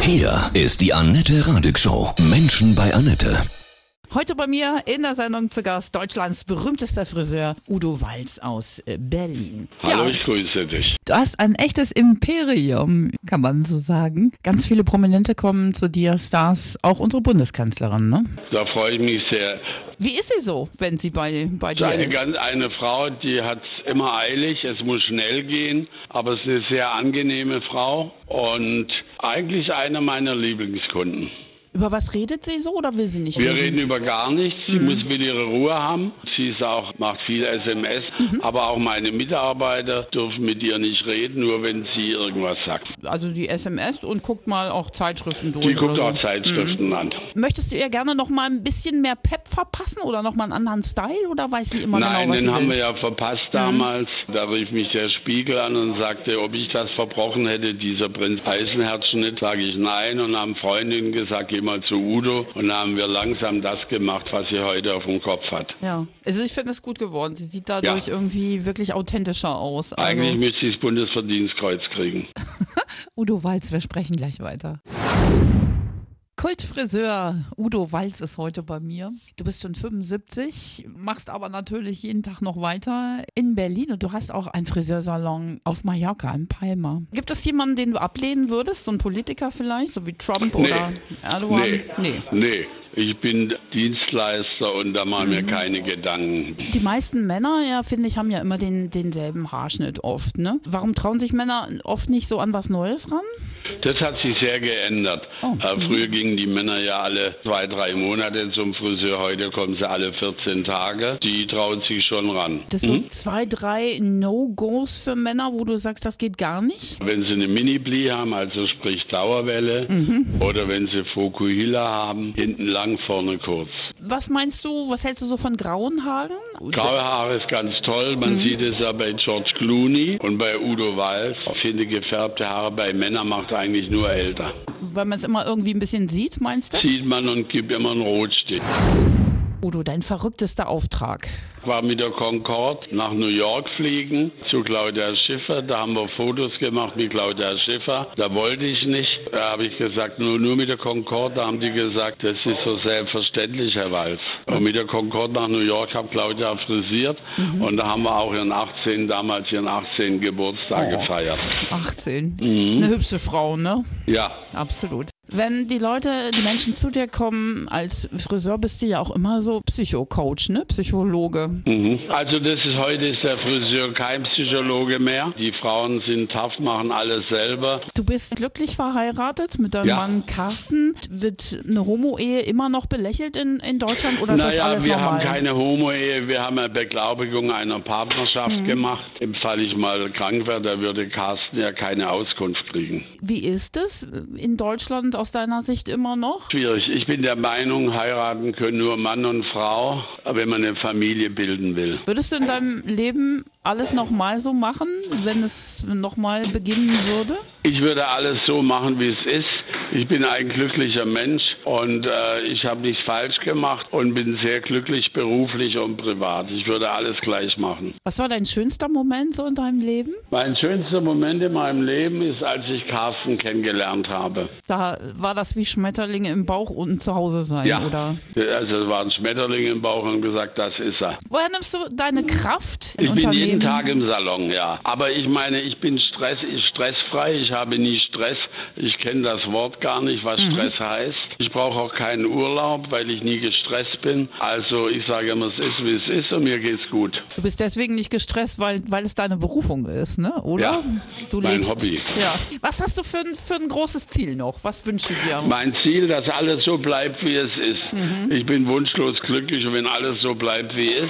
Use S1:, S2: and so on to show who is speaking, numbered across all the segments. S1: Hier ist die Annette Radig Show. Menschen bei Annette.
S2: Heute bei mir in der Sendung zu Gast Deutschlands berühmtester Friseur Udo Walz aus äh, Berlin.
S3: Hallo,
S2: Ja,
S3: ich grüße dich.
S2: du hast ein echtes Imperium, kann man so sagen. Ganz viele Prominente kommen zu dir, Stars, auch unsere Bundeskanzlerin, ne?
S3: Da freue ich mich sehr.
S2: Wie ist sie so, wenn sie bei, bei dir
S3: Eine,
S2: ist?
S3: ganz, eine Frau, die hat es immer eilig, es muss schnell gehen, aber es ist eine sehr angenehme Frau und eigentlich einer meiner Lieblingskunden.
S2: Über was redet sie so oder will sie nicht
S3: Wir reden über gar nichts, sie muss wieder ihre Ruhe haben. Sie ist auch, macht viel SMS, aber auch meine Mitarbeiter dürfen mit ihr nicht reden, nur wenn sie irgendwas sagt.
S2: Also die SMS und guckt mal auch Zeitschriften durch.
S3: Die guckt
S2: oder
S3: auch Zeitschriften an.
S2: so. Möchtest du ihr gerne noch mal ein bisschen mehr Pep verpassen oder noch mal einen anderen Style oder weiß sie immer
S3: Nein,
S2: genau, was
S3: den
S2: sie
S3: haben wir
S2: will? Mhm.
S3: ja verpasst damals. Da rief mich der Spiegel an und sagte, ob ich das verbrochen hätte, dieser Prinz Eisenherzschnitt. Sage ich nein und haben Freundinnen gesagt, geh mal zu Udo. Und da haben wir langsam das gemacht, was sie heute auf dem Kopf hat.
S2: Ja, also ich finde das gut geworden. Sie sieht dadurch
S3: Ja.
S2: irgendwie wirklich authentischer aus. Also
S3: Eigentlich müsste ich das Bundesverdienstkreuz kriegen.
S2: Udo Walz, wir sprechen gleich weiter. Kultfriseur Udo Walz ist heute bei mir. Du bist schon 75, machst aber natürlich jeden Tag noch weiter in Berlin und du hast auch einen Friseursalon auf Mallorca in Palma. Gibt es jemanden, den du ablehnen würdest? So einen Politiker vielleicht, so wie Trump oder Erdogan?
S3: Nee. nee, nee. Ich bin Dienstleister und da machen
S2: Mhm.
S3: wir keine Gedanken.
S2: Die meisten Männer, ja, finde ich, haben ja immer den, denselben Haarschnitt oft. Ne? Warum trauen sich Männer oft nicht so an was Neues ran?
S3: Das hat sich sehr geändert.
S2: Oh.
S3: Äh, früher gingen die Männer ja alle zwei, drei Monate zum Friseur. Heute kommen sie alle 14 Tage. Die trauen sich schon ran.
S2: Das sind so zwei, drei No-Gos für Männer, wo du sagst, das geht gar nicht.
S3: Wenn sie eine Mini-Blee haben, also sprich Dauerwelle,
S2: Mhm.
S3: oder wenn sie Fokuhila haben, hinten lang, vorne kurz.
S2: Was meinst du, was hältst du so von grauen Haaren?
S3: Graue Haare ist ganz toll. Man
S2: Mhm.
S3: sieht es ja bei George Clooney und bei Udo Walz. Ich finde, gefärbte Haare bei Männern macht eigentlich nur älter.
S2: Weil man es immer irgendwie ein bisschen sieht, meinst du?
S3: Zieht man und gibt immer einen Rotstich.
S2: Udo, dein verrücktester Auftrag.
S3: war mit der Concorde nach New York fliegen zu Claudia Schiffer. Da haben wir Fotos gemacht mit Claudia Schiffer. Da wollte ich nicht. Da habe ich gesagt, nur, nur mit der Concorde. Da haben die gesagt, das ist so selbstverständlich, Herr Walz. Und mit der Concorde nach New York hat Claudia frisiert. Und da haben wir auch ihren 18, damals ihren 18. Geburtstag
S2: Oh.
S3: gefeiert.
S2: 18. Eine hübsche Frau, ne?
S3: Ja,
S2: Absolut. Wenn die Leute, die Menschen zu dir kommen, als Friseur bist du ja auch immer so Psychocoach, ne? Psychologe.
S3: Mhm. Also das ist heute ist der Friseur kein Psychologe mehr. Die Frauen sind tough, machen alles selber.
S2: Du bist glücklich verheiratet mit deinem
S3: Ja.
S2: Mann Carsten. Wird eine Homo-Ehe immer noch belächelt in, in Deutschland oder ist das
S3: naja,
S2: alles
S3: wir
S2: normal?
S3: haben keine Homo-Ehe, wir haben eine Beglaubigung einer Partnerschaft
S2: Mhm.
S3: gemacht. Im Fall ich mal krank wäre, da würde Carsten ja keine Auskunft kriegen.
S2: Wie ist es in Deutschland aus deiner Sicht immer noch?
S3: Schwierig. Ich bin der Meinung, heiraten können nur Mann und Frau, wenn man eine Familie bilden will.
S2: Würdest du in deinem Leben alles nochmal so machen, wenn es nochmal beginnen würde?
S3: Ich würde alles so machen, wie es ist. Ich bin ein glücklicher Mensch und äh, ich habe nichts falsch gemacht und bin sehr glücklich beruflich und privat. Ich würde alles gleich machen.
S2: Was war dein schönster Moment so in deinem Leben?
S3: Mein schönster Moment in meinem Leben ist, als ich Carsten kennengelernt habe.
S2: Da war das wie Schmetterlinge im Bauch unten zu Hause sein, oder?
S3: Also es war ein Schmetterling im Bauch und gesagt, das ist er.
S2: Woher nimmst du deine Kraft in
S3: Ich bin
S2: Unternehmen?
S3: jeden Tag im Salon, ja. Aber ich meine, ich bin Stress, ich stressfrei, ich habe nie Stress. Ich kenne das Wort gar nicht, was
S2: Mhm.
S3: Stress heißt. Ich brauche auch keinen Urlaub, weil ich nie gestresst bin. Also ich sage immer, es ist, wie es ist und mir geht's gut.
S2: Du bist deswegen nicht gestresst, weil, weil es deine Berufung ist, ne? oder?
S3: Ja,
S2: du
S3: mein
S2: lebst.
S3: Hobby.
S2: Ja. Was hast du für ein, für ein großes Ziel noch? Was wünschst du dir?
S3: Mein Ziel, dass alles so bleibt, wie es ist.
S2: Mhm.
S3: Ich bin wunschlos glücklich und wenn alles so bleibt, wie es ist,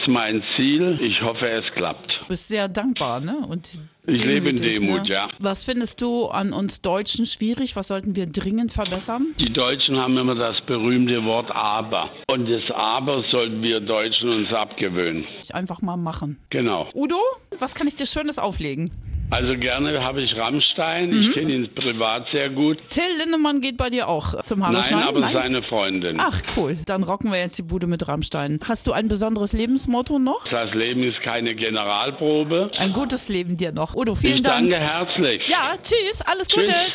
S3: ist mein Ziel. Ich hoffe, es klappt.
S2: Du bist sehr dankbar, ne? Und
S3: Ich lebe in
S2: demütig, ne?
S3: Demut, ja.
S2: Was findest du an uns Deutschen schwierig? Was sollten wir dringend verbessern?
S3: Die Deutschen haben immer das berühmte Wort aber. Und das aber sollten wir Deutschen uns abgewöhnen.
S2: Ich einfach mal machen.
S3: Genau.
S2: Udo, was kann ich dir Schönes auflegen?
S3: Also gerne habe ich Rammstein.
S2: Mhm.
S3: Ich kenne ihn privat sehr gut.
S2: Till Lindemann geht bei dir auch zum Haare
S3: Nein,
S2: schneiden?
S3: aber seine Freundin.
S2: Ach cool, dann rocken wir jetzt die Bude mit Rammstein. Hast du ein besonderes Lebensmotto noch?
S3: Das Leben ist keine Generalprobe.
S2: Ein gutes Leben dir noch. Udo, vielen
S3: ich
S2: Dank.
S3: danke herzlich.
S2: Ja, tschüss, alles Gute.
S3: Tschüss.